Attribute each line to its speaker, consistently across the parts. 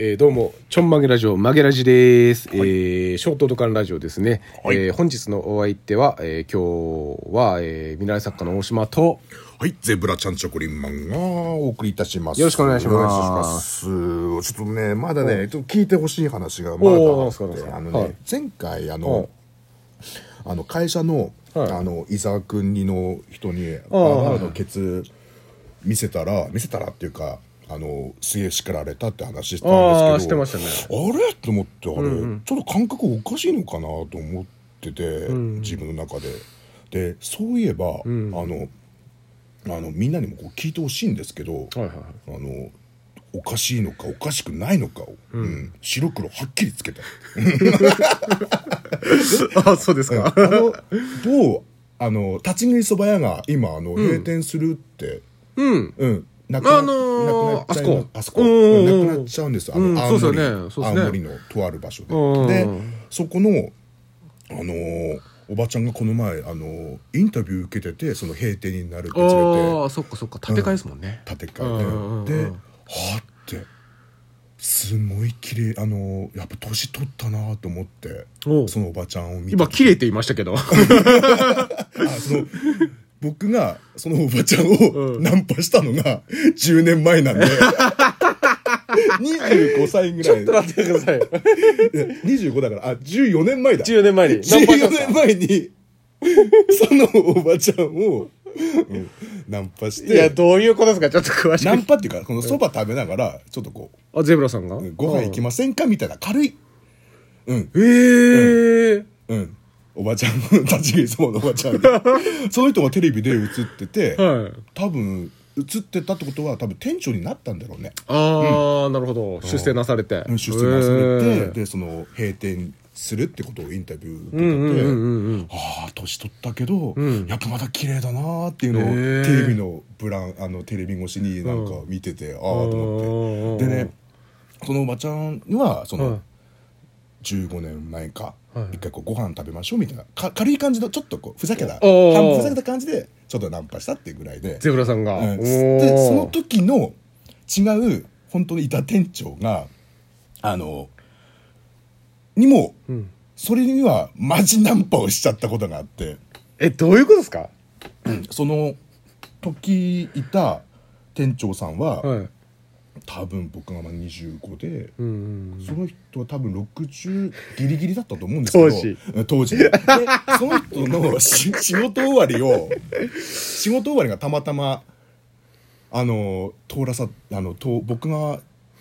Speaker 1: えーどうも、ちょんまげラジオ、まげラジです。えーショートドカンラジオですね。
Speaker 2: はい
Speaker 1: えー本日のお相手は、えー今日は、えー、未来作家の大島と、
Speaker 2: はい、ゼブラちゃんチョコリンマンがお送りいたします。
Speaker 1: よろしくお願いします
Speaker 2: お願いしますちょっとね、まだね、ちょっと聞いてほしい話がまだ
Speaker 1: おー
Speaker 2: あっ
Speaker 1: そうです
Speaker 2: て、
Speaker 1: か
Speaker 2: あの
Speaker 1: はい
Speaker 2: ね、前回、あ
Speaker 1: はい
Speaker 2: の、あの会社の、
Speaker 1: はい
Speaker 2: あの、伊沢くんにの人に、
Speaker 1: ー
Speaker 2: バーバーのケツ見せたら、見せたらっていうか、あの、すげえ叱られたって話し
Speaker 1: あ
Speaker 2: たんですけど、
Speaker 1: あ、してましたね。
Speaker 2: あれと思ってあれ、ちょっと感覚おかしいのかなと思ってて、自分の中ででそういえば、あのあのみんなにもこう聞いてほしいんですけど、
Speaker 1: はいはいはい
Speaker 2: あのおかしいのかおかしくないのかを、うん白黒はっきりつけたい
Speaker 1: ああ、そうですか。
Speaker 2: あの某あの立ち食いそば屋が今あの閉店するって
Speaker 1: うん。
Speaker 2: うんなくな
Speaker 1: あのー
Speaker 2: なくなっちゃいま
Speaker 1: あ
Speaker 2: あ
Speaker 1: そ
Speaker 2: そ
Speaker 1: こ
Speaker 2: こ、
Speaker 1: うん
Speaker 2: なくなっちゃうんです。あの、
Speaker 1: うん
Speaker 2: 青森
Speaker 1: そうですよねそうですね
Speaker 2: 青森のとある場所
Speaker 1: うん
Speaker 2: で。で、そこの、あのーおばちゃんがこの前、あのーインタビュー受けてて、その閉店になるって連
Speaker 1: あ
Speaker 2: れて、
Speaker 1: あ、そっかそっか、建て替えですもんね。
Speaker 2: 建て
Speaker 1: うんうんうん
Speaker 2: 替えて、で、はあって、すごい綺麗、あのーやっぱ年取ったなと思って
Speaker 1: おう、
Speaker 2: そのおばちゃんを見て
Speaker 1: 今、切れていましたけど。
Speaker 2: あその僕がそのおばちゃんをナンパしたのが10年前 なんで25歳ぐらい
Speaker 1: 待ってくださ い。
Speaker 2: 25だからあ14年前だ
Speaker 1: 14年 前に。ナンパしまし
Speaker 2: 14
Speaker 1: た
Speaker 2: 年前にそのおばちゃんを、うんナンパし
Speaker 1: いや、
Speaker 2: て
Speaker 1: どういうことですかちょっと詳し
Speaker 2: ナン
Speaker 1: く。
Speaker 2: パっていうかこのそば食べながらちょっとこ
Speaker 1: あ、ゼブラさんが
Speaker 2: うご飯行きませんかみたいな軽いうん
Speaker 1: ええー。
Speaker 2: うんおばちゃん立ち食いそばのおば ちゃんでその人がテレビで映ってて、
Speaker 1: はい。
Speaker 2: 多分映ってたってことは多分店長になったんだろうね
Speaker 1: ああ、なるほど。出世なされて。
Speaker 2: 出世なされて、
Speaker 1: へー
Speaker 2: でその閉店するってことをインタビュー受けて
Speaker 1: う
Speaker 2: て、
Speaker 1: んうんうんうん。
Speaker 2: ああ年取ったけど、
Speaker 1: うん
Speaker 2: やっぱまだ綺麗だなーっていうのを
Speaker 1: へー
Speaker 2: テレビのブランあのテレビ越しになんか見てて、ああと思って
Speaker 1: うん
Speaker 2: でねそのおばちゃんにはその、
Speaker 1: はい
Speaker 2: 15年前か、
Speaker 1: はい
Speaker 2: 一回こうご飯食べましょうみたいなか軽い感じのちょっとこうふざけた半
Speaker 1: おー
Speaker 2: 分ふざけた感じでちょっとナンパしたっていうぐらいで
Speaker 1: ゼブラさんが。
Speaker 2: うん
Speaker 1: お
Speaker 2: で
Speaker 1: ー
Speaker 2: その時の違う本当にいた店長があのにも
Speaker 1: うん
Speaker 2: それにはマジナンパをしちゃったことがあって、
Speaker 1: え、どういうことですか
Speaker 2: その時いた店長さんは、
Speaker 1: はい。
Speaker 2: 多分僕がまあ25で。
Speaker 1: うんうん。
Speaker 2: その人は多分60ギリギリだったと思うんですけど
Speaker 1: 当時
Speaker 2: うん当時でその人のし仕事終わりを仕事終わりがたまたまあの通らさあのと僕が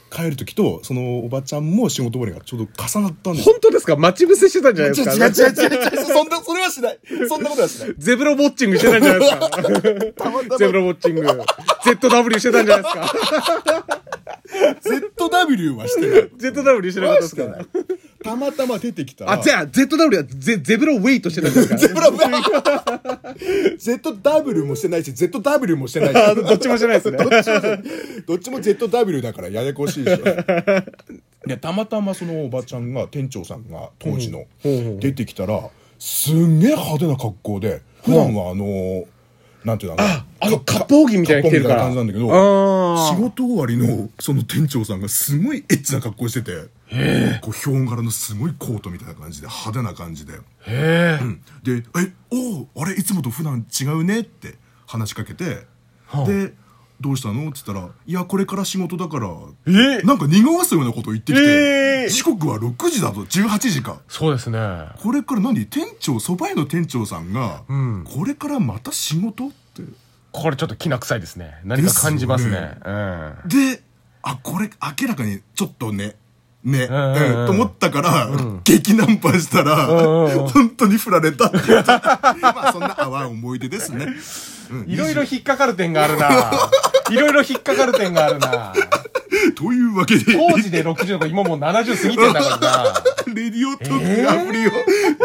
Speaker 2: 帰る時とそのおばちゃんも仕事終わりがちょうど重なったんです
Speaker 1: 本当ですか待ち伏せしてたんじゃない
Speaker 2: 違
Speaker 1: で
Speaker 2: う
Speaker 1: すか
Speaker 2: 違う違う違う違うそんなそれはしないそんなことはしない
Speaker 1: ゼブラウォッチングしてたんじゃない ですかゼブラウォッチング。ZW してたんじゃないですか
Speaker 2: ZW はしてない
Speaker 1: ?ZW してなかったですか
Speaker 2: はしてないたまたま出てきたら
Speaker 1: あ、じゃあ、ZW はゼゼブラウェイトしてたんですか
Speaker 2: ゼブ ラブラ ZW もしてないし ZW もしてない
Speaker 1: あどっちもしてないですね。
Speaker 2: どっちも ZW だからややこしいでしょ。 で、たまたまそのおばちゃんが、店長さんが当時の、出てきたら、すんげえ派手な格好で、普段はあのー、なんていうのあ
Speaker 1: あの、割烹着みたいなの着てるから。
Speaker 2: 割烹着みたいな感じなんだけど
Speaker 1: あ
Speaker 2: 仕事終わりのその店長さんがすごいエッチな格好してて、こう、ヒョウ柄のすごいコートみたいな感じで、派手な感じで。
Speaker 1: ーへ
Speaker 2: うんで「えおおあれいつもと普段違うね」って話しかけて、で「どうしたの?」っつったら「いやこれから仕事だから」
Speaker 1: え
Speaker 2: なんか苦わすようなことを言ってきて、
Speaker 1: えー
Speaker 2: 時刻は6時だと18時か
Speaker 1: そうですね。
Speaker 2: これから何店長そば屋の店長さんが、これからまた仕事?」って
Speaker 1: これちょっときな臭いですね。何
Speaker 2: か感じますね
Speaker 1: うん。
Speaker 2: であこれ明らかにちょっとねね、うん
Speaker 1: うんうん
Speaker 2: と思ったから、激ナンパしたら、本当に振られたって言って まあそんな淡い思い出ですね、うん
Speaker 1: いろいろ引っかかる点がある な。いろいろ引っかかる点があるな。
Speaker 2: というわけで、
Speaker 1: 当時で60とか今もう70過ぎてんだから
Speaker 2: レディオトークアプリを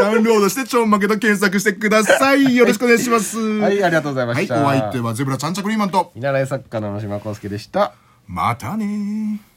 Speaker 2: ダウンロードして、超負けと検索してください。よろしくお願いします。
Speaker 1: な。
Speaker 2: は
Speaker 1: はい、ありがとうございま
Speaker 2: はい、
Speaker 1: し
Speaker 2: お
Speaker 1: た。
Speaker 2: 相手はゼブラちゃんちゃくリーマンと、
Speaker 1: 見習い作家の野島康介でした。
Speaker 2: またねー。